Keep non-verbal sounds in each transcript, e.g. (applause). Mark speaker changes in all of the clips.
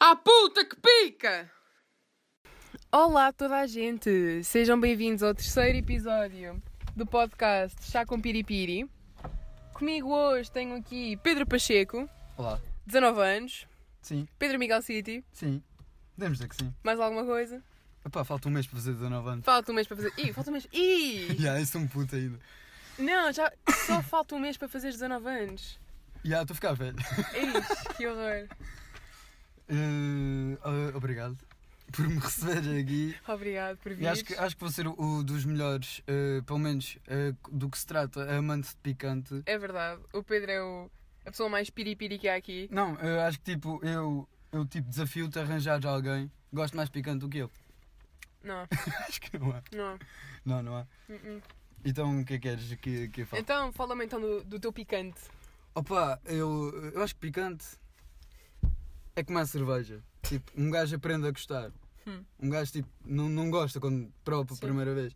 Speaker 1: a puta que pica!
Speaker 2: Olá a toda a gente! Sejam bem-vindos ao terceiro episódio do podcast Chá com Piripiri. Comigo hoje tenho aqui Pedro Pacheco,
Speaker 3: Olá.
Speaker 2: 19 anos,
Speaker 3: Sim,
Speaker 2: Pedro Miguel City,
Speaker 3: sim. Podemos dizer que sim.
Speaker 2: mais alguma coisa?
Speaker 3: Epá, falta um mês para fazer 19 anos.
Speaker 2: Falta um mês para fazer. Ih, falta um mês. Ih!
Speaker 3: Já, isso é um puto ainda.
Speaker 2: Não, já só falta um mês para fazer 19 anos.
Speaker 3: Já, estou a ficar velho.
Speaker 2: Ixi, que horror.
Speaker 3: Eh, eh, obrigado por me receber aqui.
Speaker 2: Obrigado por
Speaker 3: E
Speaker 2: vir.
Speaker 3: acho que, acho que vou ser o, o dos melhores, eh, pelo menos eh, do que se trata, amante de picante.
Speaker 2: É verdade, o Pedro é o... a pessoa mais piripiri que há aqui.
Speaker 3: Não, eh, acho que tipo, eu, eu tipo, desafio-te a arranjar alguém que goste mais de picante do que eu.
Speaker 2: Não,
Speaker 3: acho que não há.
Speaker 2: não.
Speaker 3: Não, não há.
Speaker 2: Uh-uh.
Speaker 3: Então o que é que queres que, que eu fale?
Speaker 2: Então, fala-me então do, do teu picante.
Speaker 3: Opa, eu, eu acho que picante é como a cerveja. Tipo, um gajo aprende a gostar.
Speaker 2: Hum.
Speaker 3: Um gajo tipo, não, não gosta quando prova pela
Speaker 2: Sim.
Speaker 3: primeira vez.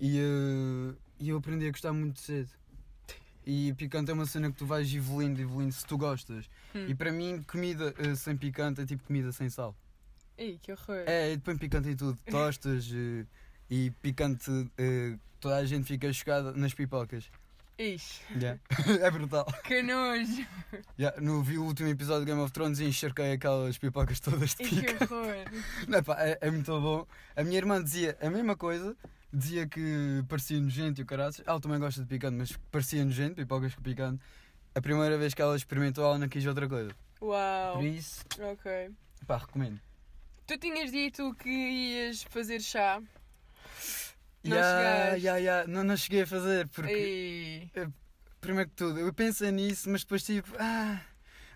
Speaker 3: E eh, e eu aprendi a gostar muito cedo. E picante é uma cena que tu vais evoluindo, evoluindo se tu gostas.
Speaker 2: Hum.
Speaker 3: E para mim, comida eh, sem picante é tipo comida sem sal.
Speaker 2: Ih, que horror.
Speaker 3: É, e põe picante
Speaker 2: (laughs)
Speaker 3: em tudo. Tostas eh, e picante. eh, toda a gente fica chocada
Speaker 2: (laughs)
Speaker 3: nas pipocas.
Speaker 2: Ixi,
Speaker 3: Yeah. (laughs) é brutal.
Speaker 2: que
Speaker 3: (laughs)
Speaker 2: nojo.
Speaker 3: Já, no vi o último episódio de Game of Thrones e encharquei aquelas pipocas todas
Speaker 2: (laughs)
Speaker 3: de
Speaker 2: Ih, que
Speaker 3: pica.
Speaker 2: horror.
Speaker 3: Não, pá, é, é muito bom. A minha irmã dizia a mesma coisa, dizia que parecia nojento e o caraças. Ela também gosta de picante, mas parecia nojento, pipocas com picante. A primeira vez que ela experimentou, ela não quis outra coisa.
Speaker 2: Uau.
Speaker 3: Por isso,
Speaker 2: Ok.
Speaker 3: pá, recomendo.
Speaker 2: Tu tinhas dito que ias fazer chá. Não
Speaker 3: Ya,
Speaker 2: chegaste.
Speaker 3: ya, ya, Não, não cheguei a fazer, porque
Speaker 2: Ei.
Speaker 3: primeiro que tudo, eu pensei nisso, mas depois tipo, ah,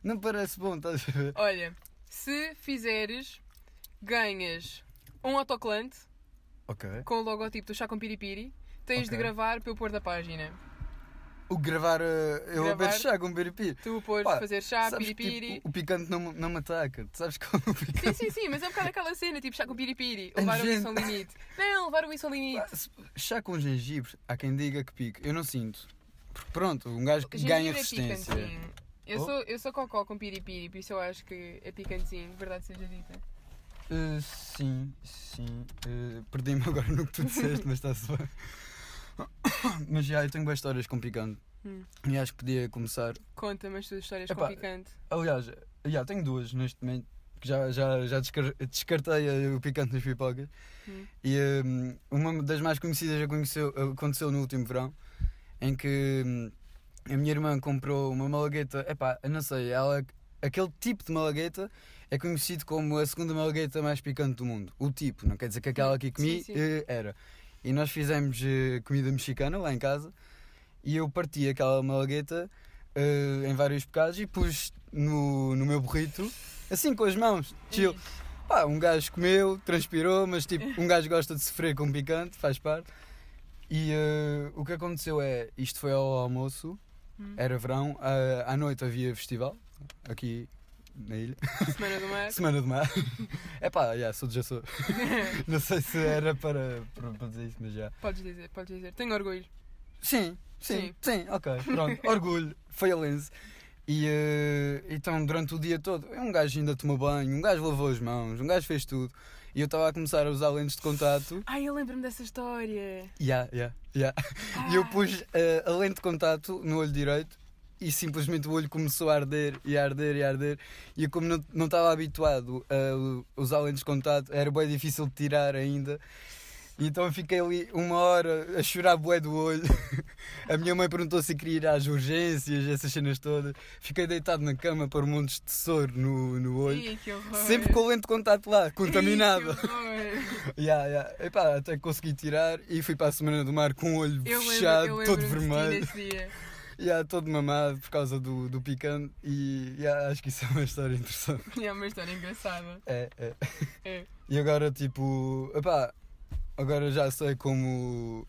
Speaker 3: não parece bom, estás a ver?
Speaker 2: Olha, se fizeres, ganhas um autocolante
Speaker 3: Ok.
Speaker 2: com o logotipo do chá com piripiri. Tens de
Speaker 3: Ok.
Speaker 2: gravar para eu pôr da página.
Speaker 3: O gravar, eh, eu a
Speaker 2: Gravar.
Speaker 3: beber chá com biripir.
Speaker 2: Tu pôs
Speaker 3: Pá,
Speaker 2: fazer chá,
Speaker 3: Sabes, tipo,
Speaker 2: piripiri.
Speaker 3: o picante não, não me ataca. Tu sabes (laughs) como o picante.
Speaker 2: Sim, sim, sim, mas é um bocado aquela cena, tipo chá com
Speaker 3: (laughs)
Speaker 2: piripiri. Levar o
Speaker 3: Gente.
Speaker 2: isso ao limite. Não, levar o isso ao
Speaker 3: Pá,
Speaker 2: limite.
Speaker 3: se- Chá com gengibre, há quem diga que pica. Eu não sinto. Porque pronto, um gajo que
Speaker 2: Gengibre
Speaker 3: ganha
Speaker 2: é
Speaker 3: resistência.
Speaker 2: picantinho. Eu,
Speaker 3: Oh.
Speaker 2: sou, eu sou cocó com piripiri, por isso eu acho que é picantinho, verdade seja dita.
Speaker 3: Uh, sim, sim. Uh, Perdi-me (laughs) agora no que tu disseste, mas está-se bem. (coughs) Mas já, eu tenho boas histórias com picante.
Speaker 2: Hum.
Speaker 3: E acho que podia começar.
Speaker 2: Conta-me as tuas histórias com
Speaker 3: Epá.
Speaker 2: picante.
Speaker 3: Aliás, já, tenho duas neste momento. que Já, já, já descar- descartei eh, o picante nas pipocas.
Speaker 2: Hum.
Speaker 3: E hum, uma das mais conhecidas aconteceu, aconteceu no último verão, em que hum, a minha irmã comprou uma malagueta, epá, eu não sei, ela, aquele tipo de malagueta é conhecido como a segunda malagueta mais picante do mundo. O tipo, não quer dizer que aquela que comi
Speaker 2: Sim, sim.
Speaker 3: eh, era. E nós fizemos eh, comida mexicana lá em casa e eu parti aquela malagueta eh, em vários bocados e pus no, no meu burrito, assim com as mãos, chill.
Speaker 2: Ixi.
Speaker 3: Pá, um gajo comeu, transpirou, mas tipo, um gajo gosta de sofrer com picante, faz parte. E eh, o que aconteceu é, isto foi ao almoço,
Speaker 2: Hum.
Speaker 3: era verão, ah, à noite havia festival, aqui na ilha,
Speaker 2: Semana do mar.
Speaker 3: (laughs) Semana do Mar. (laughs) É pá, já, sou de Jaçor. (laughs) Não sei se era para, para, para dizer isso, mas já.
Speaker 2: podes dizer, podes dizer. Tenho orgulho.
Speaker 3: Sim, sim,
Speaker 2: Sim.
Speaker 3: sim, ok, pronto. Orgulho, foi a lense. E eh, então, durante o dia todo, um gajo ainda tomou banho, um gajo lavou as mãos, um gajo fez tudo. E eu estava a começar a usar lentes de contato.
Speaker 2: Ai, eu lembro-me dessa história.
Speaker 3: Ya, ya, ya. E eu pus
Speaker 2: Ah.
Speaker 3: eh, a lente de contato no olho direito e simplesmente o olho começou a arder e a arder e a arder. E eu, como não- não estava habituado a usar lentes de contato, era bem difícil de tirar ainda. E então eu fiquei ali uma hora a chorar bué do olho. (laughs) A minha mãe perguntou se queria ir às urgências, essas cenas todas. Fiquei deitado na cama para um monte de tesouro no, no olho.
Speaker 2: Ih, que horror.
Speaker 3: Sempre com a lente de contato lá, contaminada.
Speaker 2: Ih, que horror.
Speaker 3: Ya, ya. Epá, até consegui tirar e fui para a Semana do Mar com o olho (laughs)
Speaker 2: Eu
Speaker 3: fechado,
Speaker 2: lembro, eu
Speaker 3: todo
Speaker 2: lembro-me de ti
Speaker 3: vermelho,
Speaker 2: nesse dia.
Speaker 3: Ya, todo mamado por causa do, do picante. E ya, acho que isso é uma história interessante.
Speaker 2: E é uma história engraçada.
Speaker 3: É, é.
Speaker 2: É.
Speaker 3: E agora, tipo, epá, agora já sei como.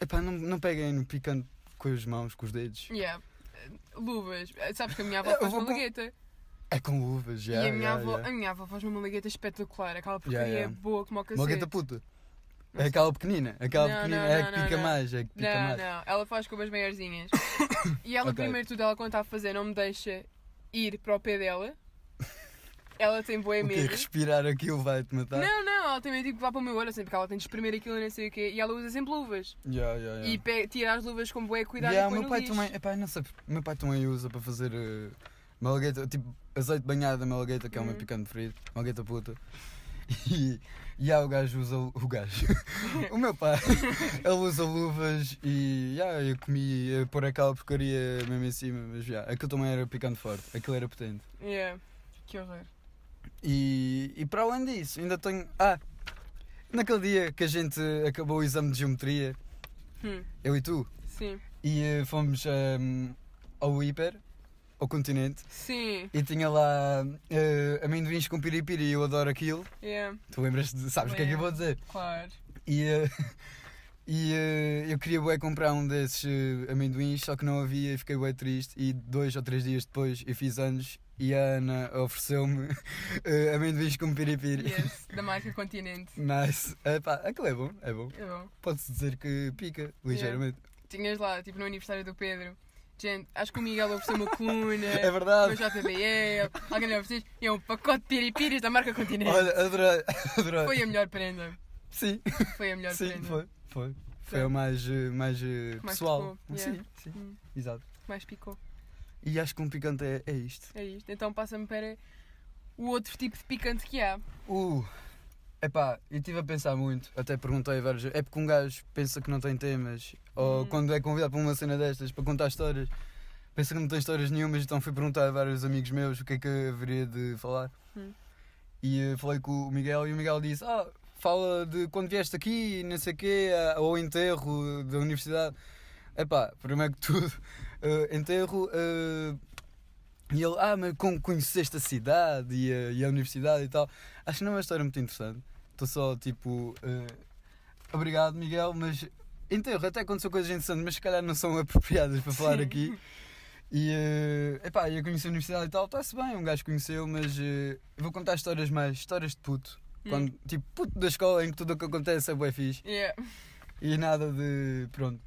Speaker 3: Epá, não, não peguem no picante com as mãos, com os dedos.
Speaker 2: Yeah. Luvas. Sabes que a minha avó
Speaker 3: Eu
Speaker 2: faz
Speaker 3: vou
Speaker 2: uma
Speaker 3: com-
Speaker 2: lagueta.
Speaker 3: É com uvas, já.
Speaker 2: e a minha,
Speaker 3: já,
Speaker 2: avó,
Speaker 3: já.
Speaker 2: a minha avó faz uma malagueta espetacular, aquela porcaria
Speaker 3: Yeah, yeah.
Speaker 2: boa como o cacete.
Speaker 3: Malagueta puta. É aquela pequenina, aquela
Speaker 2: Não,
Speaker 3: pequenina,
Speaker 2: não,
Speaker 3: é a
Speaker 2: não,
Speaker 3: que
Speaker 2: não,
Speaker 3: pica
Speaker 2: não.
Speaker 3: mais, é a que pica
Speaker 2: não,
Speaker 3: mais.
Speaker 2: não, ela faz com umas
Speaker 3: (coughs)
Speaker 2: maiorzinhas. e ela,
Speaker 3: Ok.
Speaker 2: primeiro de tudo, ela quando está a fazer, não me deixa ir para o pé dela. Ela tem boa
Speaker 3: O é quê?
Speaker 2: medo.
Speaker 3: Respirar aquilo vai-te matar?
Speaker 2: Não, não, ela tem medo tipo, vá para o meu olho, assim, porque ela tem de espremer aquilo e não sei o quê. E ela usa sempre luvas.
Speaker 3: Yeah, yeah, yeah.
Speaker 2: E pe- tira as luvas com boa cuidado
Speaker 3: É. Yeah,
Speaker 2: e põe
Speaker 3: meu
Speaker 2: no
Speaker 3: pai
Speaker 2: lixo.
Speaker 3: também, epá, não sei, meu pai também usa para fazer eh, malagueta, tipo azeite banhado da malagueta, que é uma
Speaker 2: Uhum.
Speaker 3: picante frita, malagueta puta. (laughs) E, e há o gajo usa lu- o
Speaker 2: (laughs)
Speaker 3: gajo. o meu pai, ele usa luvas e yeah, eu comi eh, pôr aquela porcaria mesmo em cima, mas yeah, aquilo também era picante forte, aquilo era potente.
Speaker 2: Yeah. Que horror.
Speaker 3: E, e para além disso, ainda tenho. Ah! Naquele dia que a gente acabou o exame de geometria,
Speaker 2: Hum,
Speaker 3: eu e tu,
Speaker 2: sim.
Speaker 3: e eh, fomos ehm, ao hiper, ao continente.
Speaker 2: Sim.
Speaker 3: E tinha lá eh, amendoins com piripiri e eu adoro aquilo.
Speaker 2: Yeah.
Speaker 3: Tu lembras de, sabes o que é que eu vou dizer?
Speaker 2: Claro.
Speaker 3: E, eh, (laughs) e eh, eu queria bué comprar um desses eh, amendoins, só que não havia e fiquei bué triste. E dois ou três dias depois eu fiz anos e a Ana ofereceu-me (laughs) eh, amendoins com piripiri.
Speaker 2: Yes. Da marca Continente.
Speaker 3: (laughs) Nice. Epá, aquilo é bom, é bom.
Speaker 2: É bom.
Speaker 3: Pode-se dizer que pica, ligeiramente.
Speaker 2: Tinhas lá, tipo, no aniversário do Pedro. Gente, acho que o Miguel ofereceu uma coluna.
Speaker 3: (laughs) É
Speaker 2: Uma
Speaker 3: verdade.
Speaker 2: JBL. Alguém lhe ofereceu. E é um pacote de piripiris da marca Continente.
Speaker 3: Olha, adorei, (laughs) adorei.
Speaker 2: Foi a melhor prenda.
Speaker 3: Sim,
Speaker 2: Foi a melhor
Speaker 3: sim,
Speaker 2: prenda.
Speaker 3: foi, foi. Foi
Speaker 2: Foi.
Speaker 3: o mais, eh, mais eh,
Speaker 2: Mais
Speaker 3: pessoal.
Speaker 2: tocou, yeah.
Speaker 3: Sim, sim,
Speaker 2: Hum,
Speaker 3: exato.
Speaker 2: mais picou.
Speaker 3: E acho que um picante é, é isto.
Speaker 2: É isto. Então passa-me para o outro tipo de picante que há.
Speaker 3: Uh, epá, eu estive a pensar muito, até perguntei a vários. É porque um gajo pensa que não tem temas, ou
Speaker 2: Hum.
Speaker 3: quando é convidado para uma cena destas para contar histórias, pensa que não tem histórias nenhumas, então fui perguntar a vários amigos meus o que é que haveria de falar.
Speaker 2: Hum.
Speaker 3: E eh, falei com o Miguel e o Miguel disse: Ah, fala de quando vieste aqui, não sei o quê, ah, ou enterro da universidade. Epá, primeiro que tudo, (laughs) eh, enterro. eh, e ele, ah, mas como conheceste a cidade e a, e a universidade e tal. Acho que não é uma história muito interessante. Estou só tipo. eh, obrigado, Miguel, mas. Enterro, até aconteceu coisas interessantes, mas se calhar não são apropriadas para falar
Speaker 2: Sim.
Speaker 3: aqui. E. eh, epá, eu conheci a universidade e tal, está-se bem, um gajo conheceu, mas. eh, vou contar histórias mais. Histórias de puto.
Speaker 2: Hum.
Speaker 3: Quando, tipo, puto da escola em que tudo o que acontece é bué fixe
Speaker 2: Yeah.
Speaker 3: e nada de. pronto.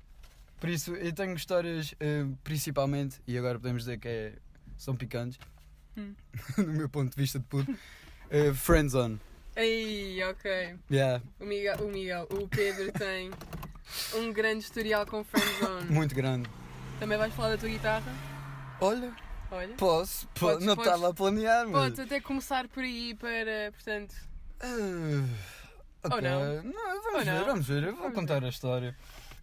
Speaker 3: Por isso, eu tenho histórias eh, principalmente, e agora podemos dizer que é- são picantes,
Speaker 2: Hum.
Speaker 3: (laughs) do meu ponto de vista de puto, eh, friendzone.
Speaker 2: Ei, ok.
Speaker 3: Yeah,
Speaker 2: O Miguel, o Miguel, o Pedro tem um grande historial com friendzone.
Speaker 3: muito grande.
Speaker 2: Também vais falar da tua guitarra?
Speaker 3: Olha,
Speaker 2: Olha.
Speaker 3: posso, po-
Speaker 2: Podes,
Speaker 3: não
Speaker 2: podes.
Speaker 3: estava a planear, mas.
Speaker 2: Podes até começar por aí para, portanto...
Speaker 3: Ah,
Speaker 2: Ou
Speaker 3: ok.
Speaker 2: não.
Speaker 3: vamos
Speaker 2: Ou
Speaker 3: ver,
Speaker 2: não.
Speaker 3: vamos ver, eu vou
Speaker 2: Vamos
Speaker 3: contar a história.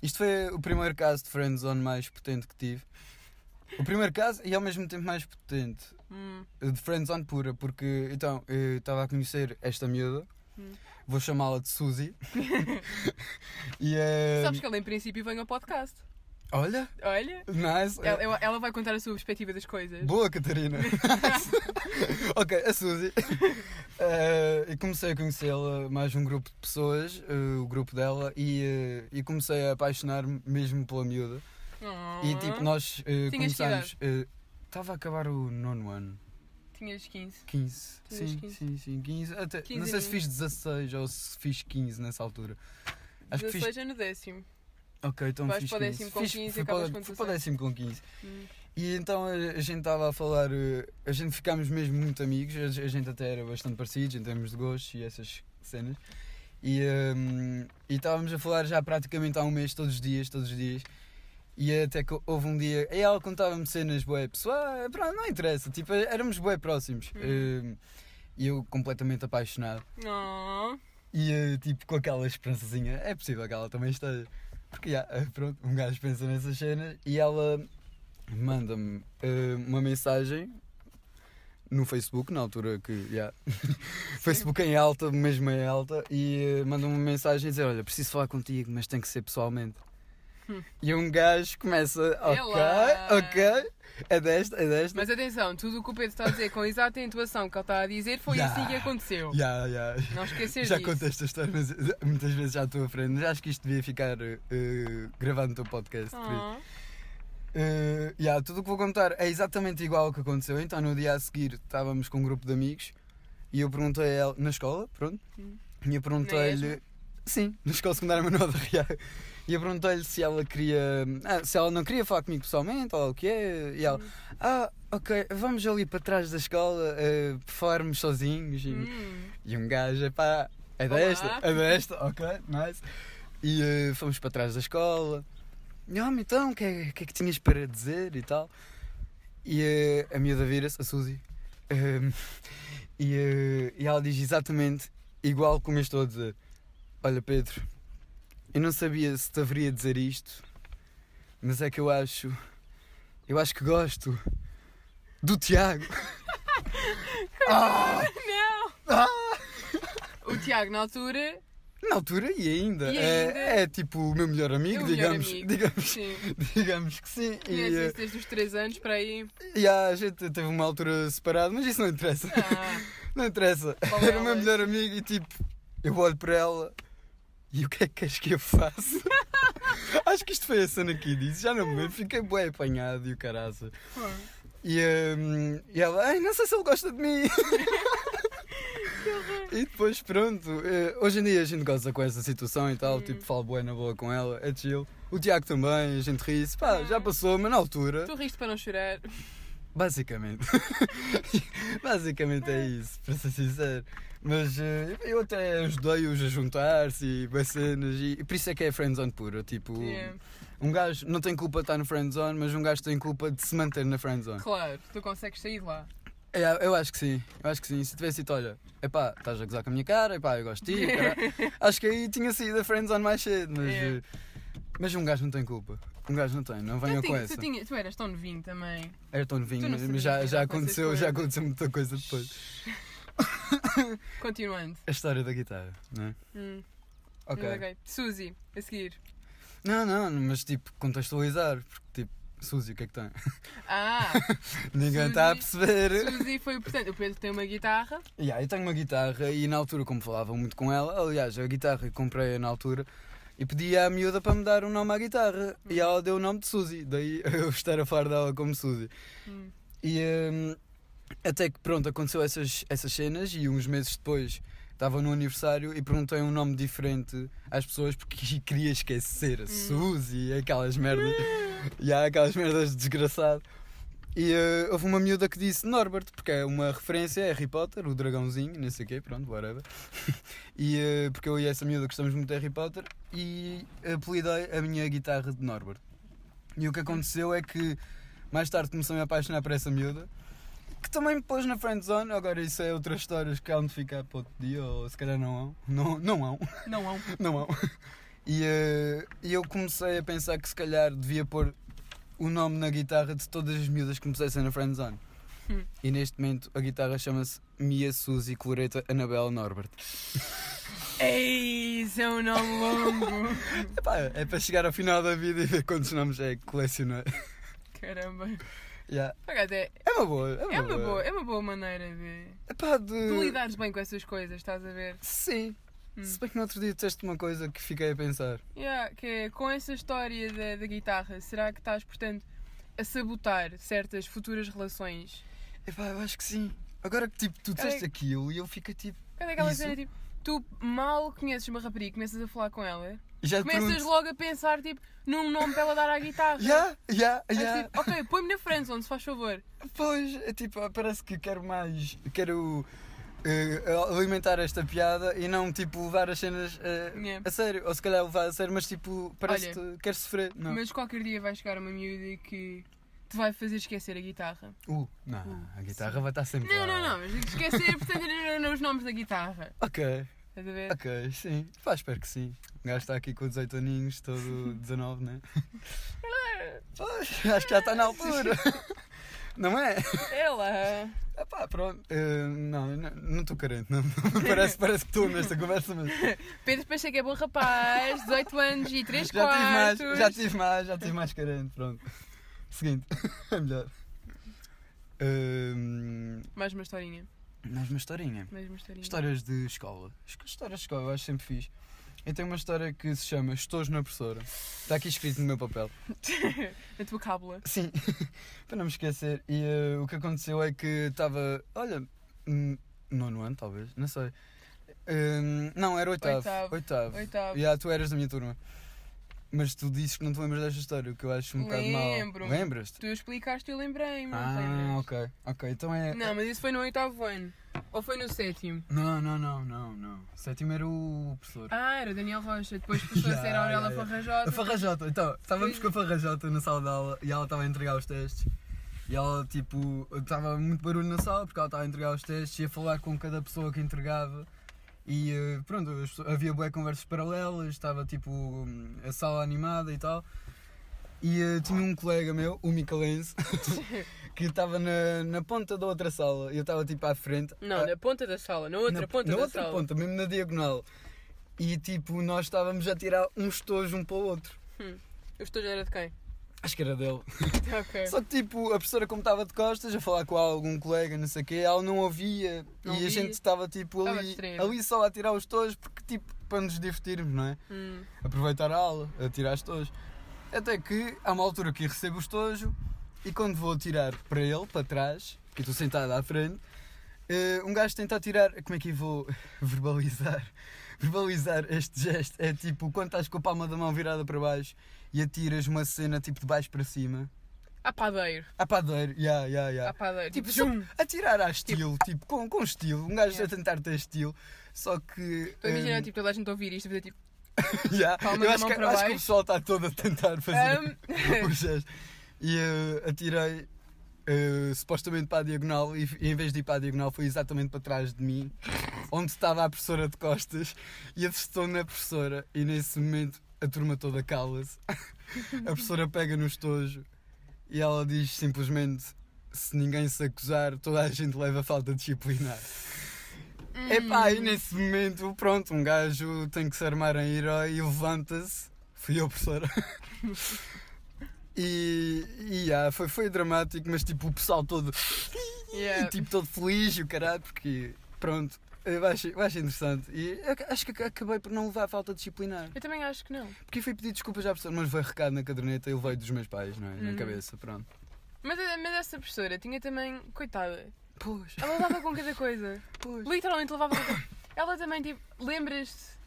Speaker 3: Isto foi o primeiro caso de friendzone mais potente que tive. O primeiro caso e ao mesmo tempo mais potente.
Speaker 2: hum,
Speaker 3: de friendzone pura, porque então eu estava a conhecer esta miúda,
Speaker 2: Hum.
Speaker 3: vou chamá-la de
Speaker 2: (laughs)
Speaker 3: Suzy. e eh,
Speaker 2: Sabes que ela em princípio vem ao podcast.
Speaker 3: Olha,
Speaker 2: Olha,
Speaker 3: nice.
Speaker 2: ela, ela- ela vai contar a sua perspectiva das coisas.
Speaker 3: Boa, Catarina. (laughs) ok, a Suzy. Eh, e comecei a conhecê-la mais um grupo de pessoas, eh, o grupo dela, e, eh, e comecei a apaixonar-me mesmo pela miúda.
Speaker 2: Oh.
Speaker 3: E tipo, nós
Speaker 2: Tinhas
Speaker 3: eh,
Speaker 2: que
Speaker 3: começámos. eh, Estava a acabar o nono ano.
Speaker 2: Tinhas 15.
Speaker 3: 15.
Speaker 2: Tu és
Speaker 3: Sim,
Speaker 2: 15.
Speaker 3: sim, sim, 15. Até,
Speaker 2: 15
Speaker 3: não sei se fiz
Speaker 2: aninhos.
Speaker 3: 16 ou se fiz 15 nessa altura. Acho que fiz.
Speaker 2: 16 é no décimo.
Speaker 3: Ok, então
Speaker 2: Vais
Speaker 3: fiz
Speaker 2: para o
Speaker 3: 15.
Speaker 2: décimo com
Speaker 3: Fiz-
Speaker 2: 15 e
Speaker 3: fui para o-
Speaker 2: acabas com
Speaker 3: fui para o
Speaker 2: 16.
Speaker 3: décimo com 15.
Speaker 2: Hum.
Speaker 3: E então a, a gente estava a falar, eh, a gente ficámos mesmo muito amigos, a, a gente até era bastante parecidos em termos de gostos e essas cenas. E, hum, e estávamos a falar já praticamente há um mês, todos os dias, todos os dias. E até que houve um dia, e ela contava-me cenas bué pessoal, pronto, não interessa, tipo, éramos bué próximos.
Speaker 2: Hum.
Speaker 3: Hum, E eu completamente apaixonado.
Speaker 2: Oh.
Speaker 3: E eh, tipo, com aquela esperançazinha, é possível que ela também esteja. Porque já, eh, pronto, um gajo pensa nessas cenas e ela manda-me eh, uma mensagem no Facebook, na altura que. já (laughs) Facebook em alta, mesmo em alta, e eh, manda-me uma mensagem a dizer: Olha, preciso falar contigo, mas tem que ser pessoalmente.
Speaker 2: Hum.
Speaker 3: E um gajo começa, ok,
Speaker 2: Ela.
Speaker 3: ok, é desta, é desta.
Speaker 2: Mas atenção, tudo o que o Pedro está a dizer com exata intuação que ele está a dizer foi
Speaker 3: Yeah.
Speaker 2: assim que aconteceu.
Speaker 3: Já, já.
Speaker 2: Não esquecer
Speaker 3: Já
Speaker 2: disso.
Speaker 3: contei esta história mas, eh, muitas vezes à tua frente. Já acho que isto devia ficar eh, eh, gravado no teu podcast. por isso.
Speaker 2: Oh.
Speaker 3: Eh, yeah, tudo o que vou contar é exatamente igual ao que aconteceu. Então, no dia a seguir, estávamos com um grupo de amigos e eu perguntei a ela, na escola, pronto,
Speaker 2: Hum.
Speaker 3: e eu perguntei-lhe. Sim, na escola secundária Manuel da Riaga. E eu perguntei-lhe se ela queria. ah, se ela não queria falar comigo pessoalmente, ou lá o que é. E ela,
Speaker 2: Hum.
Speaker 3: ah, ok, vamos ali para trás da escola eh, para falarmos sozinhos. E,
Speaker 2: Hum.
Speaker 3: e um gajo, pá, é
Speaker 2: Olá.
Speaker 3: desta, é desta, ok, nice. E eh, fomos para trás da escola. E, "Ah, mas então, o que, é, o que é que tinhas para dizer e tal? E eh, a miúda vira-se, a Suzy, ehm, e, eh, e ela diz exatamente igual como eu estou a dizer. Olha, Pedro, eu não sabia se te haveria de dizer isto, mas é que eu acho, eu acho que gosto do Tiago. ah,
Speaker 2: Não!
Speaker 3: ah.
Speaker 2: O Tiago, na altura,
Speaker 3: Na altura e ainda.
Speaker 2: E
Speaker 3: é,
Speaker 2: ainda? É
Speaker 3: é tipo o meu melhor amigo,
Speaker 2: o melhor
Speaker 3: digamos,
Speaker 2: amigo.
Speaker 3: digamos, (laughs)
Speaker 2: Sim.
Speaker 3: digamos que sim. E,
Speaker 2: Conheces desde os 3 anos para aí.
Speaker 3: eh, e a gente teve uma altura separada, mas isso não
Speaker 2: (laughs)
Speaker 3: interessa.
Speaker 2: Ah,
Speaker 3: Não interessa.
Speaker 2: Qual
Speaker 3: Era o meu
Speaker 2: delas?
Speaker 3: melhor amigo e tipo, eu olho para ela e o que é que queres que eu faça? Acho que isto foi a cena que eu disse, já não me lembro, fiquei bem apanhado e o caraça.
Speaker 2: pô.
Speaker 3: E, hum, e ela, ai, não sei se ele gosta de mim. (laughs) e depois, pronto, eh, hoje em dia a gente goza com essa situação e tal, tipo, falo bué na boa com ela, é chill. O Tiago também, a gente ri-se, pá, já passou, mas na altura,
Speaker 2: tu riste para não chorar.
Speaker 3: basicamente. (laughs) basicamente é isso, para ser sincero. Mas eh, eu até ajudei-os a juntar-se e bué cenas, e, e por isso é que é friendzone pura, tipo,
Speaker 2: Yeah.
Speaker 3: um gajo não tem culpa de estar no friendzone, mas um gajo tem culpa de se manter na friendzone.
Speaker 2: Claro, tu consegues sair de lá.
Speaker 3: É, eu acho que sim, eu acho que sim. Se tivesse dito, olha, epá, estás a gozar com a minha cara, epá, eu gosto de ti, caralho.
Speaker 2: (laughs)
Speaker 3: acho que aí tinha saído a Friendzone mais cedo, mas,
Speaker 2: É.
Speaker 3: eh, mas um gajo não tem culpa. Um gajo não tem, não venham
Speaker 2: tu,
Speaker 3: com
Speaker 2: tinha-
Speaker 3: essa.
Speaker 2: tu, tinha- tu eras tão novinho também.
Speaker 3: Era tão
Speaker 2: tu
Speaker 3: novinho,
Speaker 2: não
Speaker 3: mas
Speaker 2: sabias
Speaker 3: mas já,
Speaker 2: lidar
Speaker 3: já
Speaker 2: com essas
Speaker 3: aconteceu, já
Speaker 2: coisas.
Speaker 3: aconteceu muita coisa depois.
Speaker 2: Continuando.
Speaker 3: A história da guitarra, não é?
Speaker 2: Hum,
Speaker 3: Ok.
Speaker 2: ok. Suzy, a seguir.
Speaker 3: Não, não, mas tipo, contextualizar, porque tipo, Suzy, o que é que tem? (laughs)
Speaker 2: Ah,
Speaker 3: Ninguém está a
Speaker 2: Suzy-
Speaker 3: perceber.
Speaker 2: Suzy foi, portanto, o Pedro tem uma guitarra.
Speaker 3: Yeah, eu tenho uma guitarra e na altura, como falava muito com ela, aliás, a guitarra que comprei na altura, e pedi à miúda para me dar um nome à guitarra. E ela deu o nome de Suzy, daí (laughs) eu estar a falar dela como Suzy.
Speaker 2: Hum.
Speaker 3: E hum, até que pronto, aconteceu essas, essas cenas e uns meses depois estava no aniversário e perguntei um nome diferente às pessoas porque (laughs) queria esquecer a Suzy, aquelas merdas, e há aquelas merdas de desgraçado. E eh, houve uma miúda que disse Norbert, porque é uma referência a Harry Potter, o dragãozinho, não sei o quê, pronto, whatever. (laughs) e eh, porque eu e essa miúda gostamos muito de Harry Potter e apelidei a minha guitarra de Norbert. E o que aconteceu é que mais tarde comecei a me apaixonar por essa miúda, que também me pôs na friendzone, agora isso é outras histórias que há onde ficar para outro dia, ou se calhar não há, não, não há,
Speaker 2: Não há um.
Speaker 3: (laughs) não há. E eh, e eu comecei a pensar que se calhar devia pôr o nome na guitarra de todas as miúdas que me pusessem na friendzone.
Speaker 2: Hum.
Speaker 3: E neste momento a guitarra chama-se Mia Suzy Coloreta Anabela Norbert.
Speaker 2: Ei, isso é um nome longo.
Speaker 3: Epá, é para chegar ao final da vida e ver quantos nomes é que colecionei.
Speaker 2: (laughs)
Speaker 3: (laughs)
Speaker 2: Caramba.
Speaker 3: Yeah.
Speaker 2: Por acaso, é,
Speaker 3: É uma boa, é uma
Speaker 2: é uma
Speaker 3: boa.
Speaker 2: boa, é uma boa maneira de,
Speaker 3: Epá, de...
Speaker 2: de lidares bem com essas coisas, estás a ver?
Speaker 3: Sim.
Speaker 2: Hum.
Speaker 3: Se bem que no outro dia disseste uma coisa que fiquei a pensar.
Speaker 2: Yeah, que é, com essa história da, da guitarra, será que estás, portanto, a sabotar certas futuras relações?
Speaker 3: Epá, eu acho que sim. Agora que tipo, tu disseste
Speaker 2: Ai.
Speaker 3: aquilo e eu fiquei tipo.
Speaker 2: Quando é aquela
Speaker 3: Isso.
Speaker 2: cena tipo, tu mal conheces uma rapariga e começas a falar com ela,
Speaker 3: Já te
Speaker 2: começas
Speaker 3: pergunto.
Speaker 2: logo a pensar tipo, num nome para ela dar à
Speaker 3: (laughs)
Speaker 2: guitarra.
Speaker 3: Já, já,
Speaker 2: Mas,
Speaker 3: já.
Speaker 2: tipo, ok, põe-me na friendzone, se faz favor.
Speaker 3: Pois, é tipo, parece que quero mais. Quero eh, alimentar esta piada e não tipo levar as cenas eh,
Speaker 2: Yeah.
Speaker 3: a sério. Ou se calhar levar a sério, mas tipo, parece
Speaker 2: Olha,
Speaker 3: que quero sofrer. Não.
Speaker 2: Mas qualquer dia vai chegar uma miúda que te vai fazer esquecer a guitarra.
Speaker 3: Uh, não, a guitarra vai estar sempre.
Speaker 2: Não,
Speaker 3: lá.
Speaker 2: não, não, mas esquecer, portanto, não, não, não, os nomes da guitarra.
Speaker 3: Ok,
Speaker 2: Estás a ver?
Speaker 3: ok, sim. Pá, espero que sim. O gajo está aqui com 18 aninhos, todo 19, né? Pois, acho que já está na altura. Não é?
Speaker 2: Ela.
Speaker 3: Ah pá, pronto. Eh, não, não não estou carente. Não, parece, parece que estou nesta conversa, mas
Speaker 2: Pedro Pacheco é bom rapaz, 18 anos e 3
Speaker 3: já tive mais,
Speaker 2: quartos.
Speaker 3: já tive mais, já tive mais carente. Pronto. Seguinte, (laughs) é melhor. Hum,
Speaker 2: Mais uma historinha.
Speaker 3: mais uma historinha.
Speaker 2: Mais uma historinha.
Speaker 3: Histórias de escola. His- Histórias de escola, eu acho sempre fixe. Eu tenho uma história que se chama Estou na professora. Está aqui escrito no meu papel.
Speaker 2: Na tua cábula.
Speaker 3: Sim, (laughs) para não me esquecer. E eh, o que aconteceu é que estava, olha, hum, nono ano talvez, não sei. Hum, não, era oitavo.
Speaker 2: Oitavo.
Speaker 3: Oitavo.
Speaker 2: Oitavo.
Speaker 3: Yeah, tu eras da minha turma. Mas tu dizes que não te lembras desta história, o que eu acho um bocado mal.
Speaker 2: Lembro-me.
Speaker 3: Lembras-te?
Speaker 2: Tu explicaste e eu lembrei-me. não te
Speaker 3: Ah,
Speaker 2: lembras?
Speaker 3: ok. Ok, então é.
Speaker 2: Não, mas isso foi no oitavo ano. Ou foi no sétimo?
Speaker 3: Não, não, não, não, não. Sétimo era o professor.
Speaker 2: Ah, era o Daniel Rocha. Depois passou a ser a
Speaker 3: Yeah,
Speaker 2: Aurela
Speaker 3: yeah, yeah.
Speaker 2: Farrajota.
Speaker 3: A
Speaker 2: (laughs)
Speaker 3: Farrajota, então, estávamos
Speaker 2: Sim.
Speaker 3: com a Farrajota na sala de aula e ela estava a entregar os testes. E ela, tipo, estava muito barulho na sala porque ela estava a entregar os testes e a falar com cada pessoa que entregava. E eh, pronto, as pessoas- havia boas conversas paralelas, estava tipo hum, a sala animada e tal. E eh, tinha um colega meu, o Micalense, (laughs) que estava na, na ponta da outra sala. E eu estava tipo à frente.
Speaker 2: Não,
Speaker 3: Ah,
Speaker 2: na ponta da sala, na outra
Speaker 3: na,
Speaker 2: ponta
Speaker 3: na
Speaker 2: da
Speaker 3: outra
Speaker 2: sala.
Speaker 3: ponta, mesmo na diagonal. E tipo, nós estávamos a tirar uns tojos um para o outro.
Speaker 2: O estojo era de quem? (laughs)
Speaker 3: Acho que era dele.
Speaker 2: ok.
Speaker 3: Só que tipo, a professora como estava de costas a falar com algum colega, não sei o quê, ela não ouvia
Speaker 2: Não
Speaker 3: e
Speaker 2: ouvia.
Speaker 3: a gente estava tipo
Speaker 2: Estava
Speaker 3: ali,
Speaker 2: distraída.
Speaker 3: ali só a tirar os tojos porque tipo, para nos divertirmos, não é?
Speaker 2: Hum.
Speaker 3: Aproveitar a aula, a tirar os tojos. Até que há uma altura que eu recebo o estojo e quando vou tirar para ele, para trás, que eu estou sentado à frente, eh, um gajo tenta tirar, como é que eu vou (laughs) verbalizar? Verbalizar este gesto é tipo quando estás com a palma da mão virada para baixo e atiras uma cena tipo de baixo para cima.
Speaker 2: A padeiro.
Speaker 3: A padeiro, ya, ya,
Speaker 2: A
Speaker 3: ya.
Speaker 2: padeiro.
Speaker 3: Tipo,
Speaker 2: Tipo,
Speaker 3: só
Speaker 2: zoom.
Speaker 3: a tirar a estilo, tipo, com, com estilo. Um gajo
Speaker 2: Yeah.
Speaker 3: a tentar ter estilo, só que.
Speaker 2: Estou a imaginar,
Speaker 3: hum, (laughs)
Speaker 2: tipo, toda a gente a ouvir isto, a fazer tipo.
Speaker 3: yeah,
Speaker 2: palma
Speaker 3: Eu
Speaker 2: da
Speaker 3: acho
Speaker 2: mão
Speaker 3: que,
Speaker 2: para
Speaker 3: acho que o
Speaker 2: baixo.
Speaker 3: pessoal está todo a tentar (laughs) fazer
Speaker 2: "Ahm." (laughs)
Speaker 3: o gesto. E eh, atirei eh, supostamente para a diagonal, e, e em vez de ir para a diagonal, foi exatamente para trás de mim, onde estava a professora de costas, e acertou na professora. E nesse momento a turma toda cala-se. (laughs) A professora pega no estojo e ela diz simplesmente: se ninguém se acusar, toda a gente leva falta disciplinar.
Speaker 2: hum,
Speaker 3: Epá, e nesse momento, pronto, um gajo tem que se armar em herói e levanta-se. Fui eu, professora. e e ah, foi, foi dramático, mas tipo, o pessoal todo,
Speaker 2: Yeah.
Speaker 3: tipo, todo feliz e o caralho, porque pronto, eu acho, eu acho interessante. E eu ac- acho que ac- acabei por não levar a falta disciplinar.
Speaker 2: Eu também acho que não.
Speaker 3: Porque fui pedir desculpas à professora, mas foi recado na caderneta e levei dos meus pais, não é? Na
Speaker 2: Uhum.
Speaker 3: cabeça, pronto.
Speaker 2: Mas, eh, mas essa professora tinha também. Coitada.
Speaker 3: Pois, (laughs)
Speaker 2: Ela levava com cada coisa.
Speaker 3: pois.
Speaker 2: Literalmente levava com cada Ela também, tipo. Lembras-te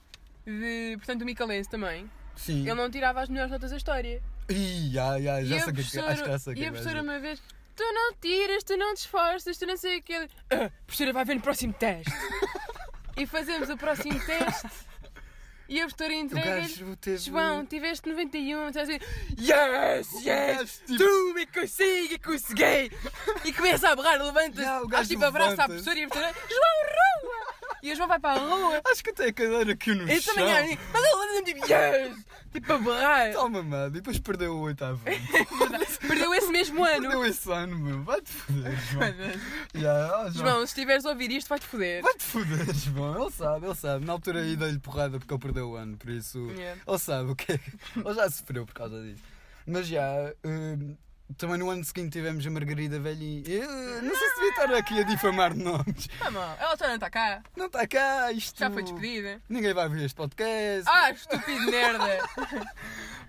Speaker 2: de. Portanto, o Micalense também.
Speaker 3: Sim.
Speaker 2: Ele não tirava as melhores notas da história.
Speaker 3: Ih, ai, ai, já
Speaker 2: e a
Speaker 3: sei o que é que
Speaker 2: professora,
Speaker 3: acho que já sei o que
Speaker 2: e
Speaker 3: é
Speaker 2: a
Speaker 3: que vais
Speaker 2: professora uma
Speaker 3: dizer.
Speaker 2: vez, tu não tiras, tu não te esforças, tu não sei o que. Ele, "Ah, professora, vai ver no próximo
Speaker 3: (laughs)
Speaker 2: teste. e fazemos o próximo teste. E a professora
Speaker 3: O
Speaker 2: entrega-lhe,
Speaker 3: gajo teve.
Speaker 2: João, tiveste 91, estás a dizer,
Speaker 3: O
Speaker 2: yes, yes,
Speaker 3: gajo, tipo,
Speaker 2: tu me consegui, consegui. E começa a berrar, levanta-se,
Speaker 3: Yeah, o gajo
Speaker 2: faz tipo abraça à
Speaker 3: levanta-se.
Speaker 2: professora e a professora, João, rua. E o João vai para a rua.
Speaker 3: Acho que até a cadeira aqui no
Speaker 2: E
Speaker 3: chão.
Speaker 2: também é, mas ele tipo, yes, tipo a berrar.
Speaker 3: Toma, mano. E depois perdeu o oitavo.
Speaker 2: É, Perdeu esse mesmo ano.
Speaker 3: perdeu esse ano, meu. Vai-te foder,
Speaker 2: (laughs)
Speaker 3: João.
Speaker 2: Meu Deus.
Speaker 3: Já, ó, João.
Speaker 2: João, é- se estiveres a ouvir isto, vai-te foder.
Speaker 3: Vai-te foder, João. Ele sabe, ele sabe. Na altura aí dei-lhe porrada porque ele perdeu o ano, por isso...
Speaker 2: Yeah.
Speaker 3: Ele sabe o que é. Ele já sofreu por causa disso. Mas já... hum, também no ano seguinte tivemos a Margarida Velhinha. Eu não sei se devia estar aqui a difamar nomes.
Speaker 2: Tá mal. Ela só não está cá.
Speaker 3: Não está cá, isto.
Speaker 2: Já foi despedida.
Speaker 3: Ninguém vai ver este podcast.
Speaker 2: Ah, estúpido (laughs) merda.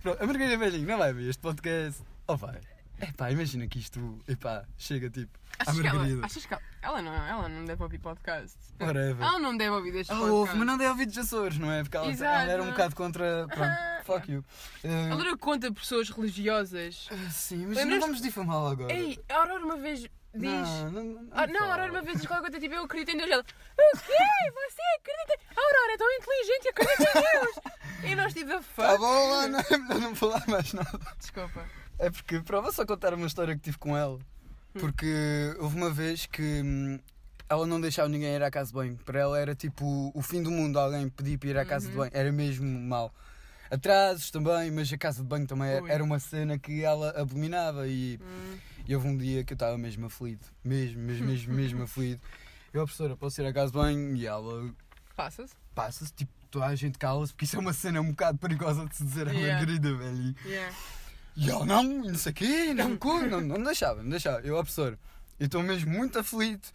Speaker 3: Pronto, a Margarida Velhinho não vai ver este podcast. Oh vai. Epá, imagina que isto. Epá, chega tipo. À
Speaker 2: Achas que ela,
Speaker 3: Margarida.
Speaker 2: achas que ela, ela não, ela não deve ouvir podcast.
Speaker 3: Whatever.
Speaker 2: Ela não deve ouvir este
Speaker 3: Ah,
Speaker 2: podcast.
Speaker 3: ouve, mas não deve ouvir dos Açores, não é? Porque ela,
Speaker 2: Exato.
Speaker 3: ela era um bocado contra.
Speaker 2: Aham. (laughs)
Speaker 3: Pronto, fuck you. Ah,
Speaker 2: Ela era contra pessoas religiosas.
Speaker 3: ah, sim, mas
Speaker 2: Lembras-te-
Speaker 3: não vamos difamá-la agora.
Speaker 2: Ei, a Aurora uma vez diz.
Speaker 3: não, não, não,
Speaker 2: Ah, não, a
Speaker 3: fala.
Speaker 2: Aurora uma vez diz qualquer coisa tipo, eu acredito em Deus. Ela, o quê? Você acredita? A Aurora é tão inteligente e acredita em Deus. E nós tipo, the fuck?
Speaker 3: Tá bom, Ana, é melhor não (laughs) falar mais nada.
Speaker 2: Desculpa.
Speaker 3: É porque, pronto, vou só contar uma história que tive com ela.
Speaker 2: Hum.
Speaker 3: Porque houve uma vez que hum, ela não deixava ninguém ir à casa de banho. Para ela era tipo o fim do mundo alguém pedir para ir à casa
Speaker 2: Uhum.
Speaker 3: de banho. Era mesmo mal. Atrasos também, mas a casa de banho também era,
Speaker 2: Ui. Hum.
Speaker 3: era uma cena que ela abominava. E, e houve um dia que eu estava mesmo aflito. Mesmo,
Speaker 2: (laughs)
Speaker 3: mesmo, mesmo, mesmo aflito. Eu, a professora, posso ir à casa de banho? E ela
Speaker 2: Passa-se.
Speaker 3: passa-se, tipo, toda a gente cala-se, porque isso é uma cena um bocado perigosa de se dizer à
Speaker 2: Yeah.
Speaker 3: Margarida, velho.
Speaker 2: Yeah.
Speaker 3: E eu não, não sei o quê, não, cu, não, não deixava, não deixava. Eu, ó, professor, eu estou mesmo muito aflito.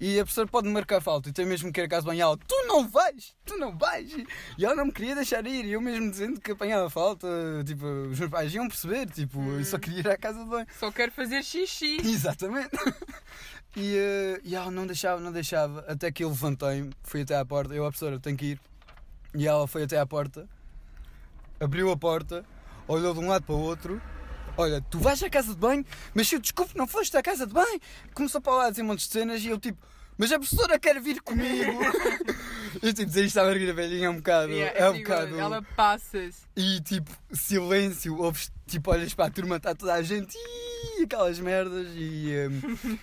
Speaker 3: E a professora pode marcar falta. E tem mesmo que ir a casa de banho. e Ela, tu não vais, tu não vais. E ela não me queria deixar ir. E eu mesmo dizendo que apanhava falta, tipo, os meus pais iam perceber. Tipo, eu só queria ir à casa de banho.
Speaker 2: Só quero fazer xixi.
Speaker 3: Exatamente. (laughs) E, eh, e ela não deixava, não deixava. Até que eu levantei-me, fui até à porta. Eu, a professora, tenho que ir. E ela foi até à porta, abriu a porta, olhou de um lado para o outro. Olha, tu vais à casa de banho, mas eu desculpe, não foste à casa de banho. Começou para lá a dizer montes de cenas e eu tipo, mas a professora quer vir comigo. eu tipo, dizer isto à Margarida Velhinha é um bocado.
Speaker 2: Yeah,
Speaker 3: é um
Speaker 2: perigoso.
Speaker 3: bocado.
Speaker 2: Ela passa-se.
Speaker 3: E tipo, silêncio, ouves, tipo, olhas para a turma, está toda a gente, "Ih", aquelas merdas, e, hum,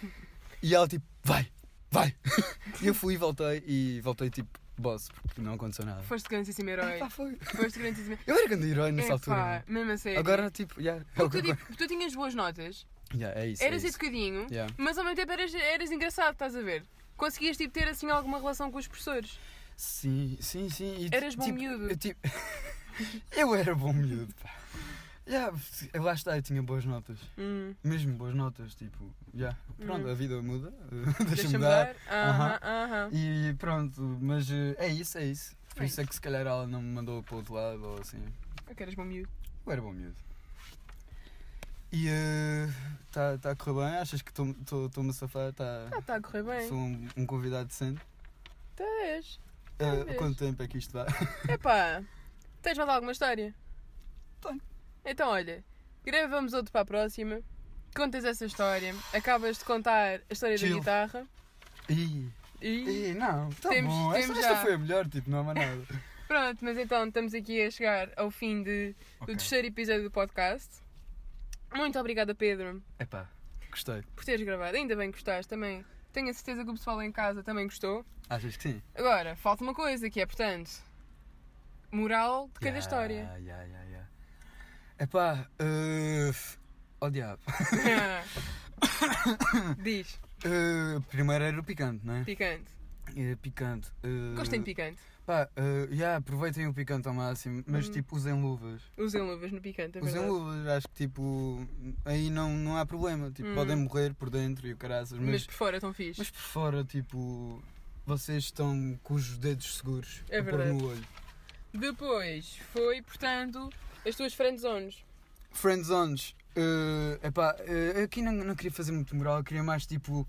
Speaker 3: e ela tipo, vai, vai. (laughs) E eu fui e voltei, e voltei tipo, boss, porque não aconteceu nada.
Speaker 2: Foste grandíssimo herói.
Speaker 3: Pá, foi.
Speaker 2: Foste grandíssimo herói.
Speaker 3: Eu era grande herói nessa
Speaker 2: Epá, é.
Speaker 3: altura. né?
Speaker 2: mesmo a sério.
Speaker 3: Agora, tipo, yeah, é o que
Speaker 2: Porque tu,
Speaker 3: eu-
Speaker 2: tipo, tu tinhas boas notas,
Speaker 3: Yeah, é isso. é
Speaker 2: eras
Speaker 3: isso.
Speaker 2: educadinho,
Speaker 3: Yeah.
Speaker 2: mas ao mesmo tempo eras, eras engraçado, estás a ver? Conseguias tipo, ter assim alguma relação com os professores.
Speaker 3: Sim, sim, sim. e,
Speaker 2: Eras bom
Speaker 3: tipo,
Speaker 2: miúdo.
Speaker 3: Eu, tipo, (laughs) eu era bom miúdo, pá. Yeah, eu lá está, eu tinha boas notas.
Speaker 2: Hum.
Speaker 3: Mesmo boas notas, tipo, yeah. pronto,
Speaker 2: Uhum.
Speaker 3: a vida muda, (laughs)
Speaker 2: Deixa-me
Speaker 3: deixa-me dar.
Speaker 2: dar. Aham, aham.
Speaker 3: E pronto, mas eh, é isso, é isso. Por
Speaker 2: É
Speaker 3: isso é que se calhar ela não me mandou para o outro lado ou assim.
Speaker 2: Eu quero bom miúdo.
Speaker 3: Eu era bom miúdo. E está tá a correr bem? Achas que estou-me a safar? Tá,
Speaker 2: Ah, está a correr bem. Tá,
Speaker 3: sou um, um convidado decente?
Speaker 2: Tens.
Speaker 3: Eh,
Speaker 2: Talvez.
Speaker 3: quanto tempo é que isto dá?
Speaker 2: Epá, tens mais alguma história?
Speaker 3: Tenho.
Speaker 2: Então olha, gravamos outro para a próxima. Contas essa história. Acabas de contar a história da
Speaker 3: Chill.
Speaker 2: guitarra.
Speaker 3: (laughs) Ih,
Speaker 2: E
Speaker 3: ih, não, tá
Speaker 2: Temos-
Speaker 3: bom.
Speaker 2: temos
Speaker 3: esta, esta
Speaker 2: já.
Speaker 3: foi a melhor, tipo, não há mais nada.
Speaker 2: (laughs) pronto, mas então estamos aqui a chegar ao fim de, do
Speaker 3: Ok.
Speaker 2: terceiro episódio do podcast. Muito obrigada, Pedro,
Speaker 3: Epá, gostei.
Speaker 2: por teres gravado. Ainda bem que gostaste também. Tenho a certeza que o pessoal em casa também gostou.
Speaker 3: Achas que sim?
Speaker 2: Agora, falta uma coisa que é, portanto, moral de cada
Speaker 3: Ya, (coughs)
Speaker 2: história.
Speaker 3: ya, ya, ya. Epá, eh, oh diabo.
Speaker 2: Diz,
Speaker 3: Eh, primeiro era o picante, não é?
Speaker 2: picante.
Speaker 3: Era picante. eh,
Speaker 2: Gostem de picante.
Speaker 3: Pá, eh, já, aproveitem o picante ao máximo, mas
Speaker 2: Hum.
Speaker 3: tipo usem luvas.
Speaker 2: Usem luvas no picante, é
Speaker 3: usem
Speaker 2: verdade.
Speaker 3: luvas, acho que tipo aí não, não há problema. Tipo,
Speaker 2: Hum.
Speaker 3: podem morrer por dentro e o caraças,
Speaker 2: Mas,
Speaker 3: mas,
Speaker 2: por fora estão fixe.
Speaker 3: mas por fora, tipo, vocês estão com os dedos seguros
Speaker 2: É
Speaker 3: a pôr
Speaker 2: verdade.
Speaker 3: no olho.
Speaker 2: Depois foi, portanto, as tuas friendzones.
Speaker 3: Friends Zones, é epá, eh, aqui não, não queria fazer muito moral, queria mais tipo.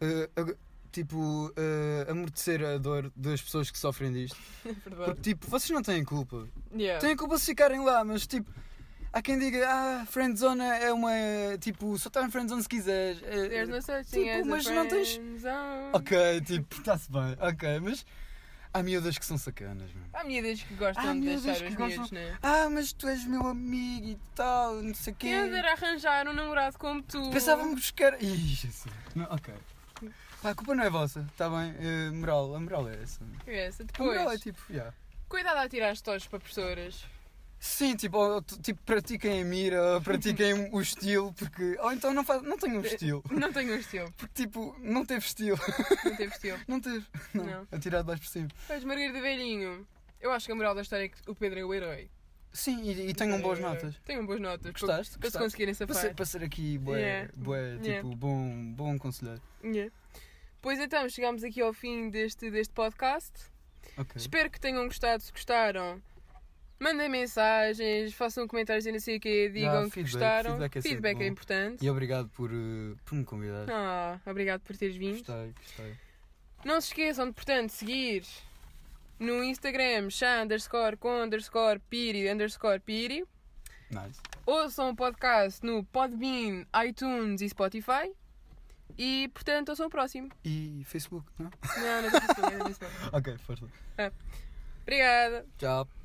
Speaker 3: eh, ag- Tipo, eh, amortecer a dor das pessoas que sofrem disto.
Speaker 2: É verdade.
Speaker 3: Porque, tipo, vocês não têm culpa.
Speaker 2: Yeah.
Speaker 3: Têm culpa Então, se ficarem lá, mas tipo. Há quem diga, ah, friendzone é uma. Tipo, só está em friendzone se quiseres. É-
Speaker 2: There's no such
Speaker 3: Tipo,
Speaker 2: thing as a
Speaker 3: mas não tens-
Speaker 2: friendzone.
Speaker 3: Ok, tipo, (laughs) está-se bem, ok, mas. Há miúdas que são sacanas, mano.
Speaker 2: Há miúdas que gostam
Speaker 3: Há
Speaker 2: de
Speaker 3: miúdas
Speaker 2: deixar
Speaker 3: que
Speaker 2: os
Speaker 3: gostam-
Speaker 2: miúdos, né?
Speaker 3: Ah, mas tu és meu amigo e tal, não sei o quê.
Speaker 2: Quem era arranjar um namorado como tu?
Speaker 3: Pensávamos que era. Ih, Jesus. Não, ok. Pá, a culpa não é vossa, está bem? eh, moral, a moral é essa.
Speaker 2: Essa.
Speaker 3: A moral é
Speaker 2: Depois,
Speaker 3: tipo, yeah.
Speaker 2: cuidado a tirar as tos para professoras.
Speaker 3: Sim, tipo, ou, t- tipo, pratiquem a mira, ou pratiquem o estilo, porque. Ou então não, faz, não tenham estilo.
Speaker 2: Não tenho um estilo.
Speaker 3: Porque, tipo, não teve estilo.
Speaker 2: Não teve estilo.
Speaker 3: Não teve. (laughs)
Speaker 2: Não.
Speaker 3: Atirado baixo por cima.
Speaker 2: Pois, Margarida Velhinho. Eu acho que a moral da história é que o Pedro é o herói.
Speaker 3: Sim, e, e tenham boas
Speaker 2: É o herói.
Speaker 3: notas.
Speaker 2: Tenham boas notas. para-
Speaker 3: Gostaste?
Speaker 2: Para se
Speaker 3: Gostaste?
Speaker 2: conseguirem
Speaker 3: Para
Speaker 2: safar.
Speaker 3: ser, para ser aqui, bué,
Speaker 2: Yeah.
Speaker 3: bué,
Speaker 2: Yeah.
Speaker 3: tipo, bom, bom conselheiro.
Speaker 2: Yeah. Pois então, chegámos aqui ao fim deste, deste
Speaker 3: Uhum.
Speaker 2: podcast.
Speaker 3: Ok.
Speaker 2: Espero que tenham gostado. Se gostaram, mandem mensagens, façam comentários e não sei o quê, digam
Speaker 3: Ah,
Speaker 2: que
Speaker 3: feedback,
Speaker 2: gostaram.
Speaker 3: feedback é sempre bom.
Speaker 2: importante.
Speaker 3: E obrigado por, eh, por me convidar.
Speaker 2: Ah, obrigado por teres vindo.
Speaker 3: Gostei, gostei.
Speaker 2: Não se esqueçam de, portanto, seguir no Instagram chá underscore com underscore piri underscore piri.
Speaker 3: Nice.
Speaker 2: Ouçam o podcast no Podbean, iTunes e Spotify. E, portanto, ouçam o próximo.
Speaker 3: E Facebook, não? (laughs)
Speaker 2: Não, não é Facebook, não é Facebook.
Speaker 3: Ok, força.
Speaker 2: Obrigada.
Speaker 3: Tchau.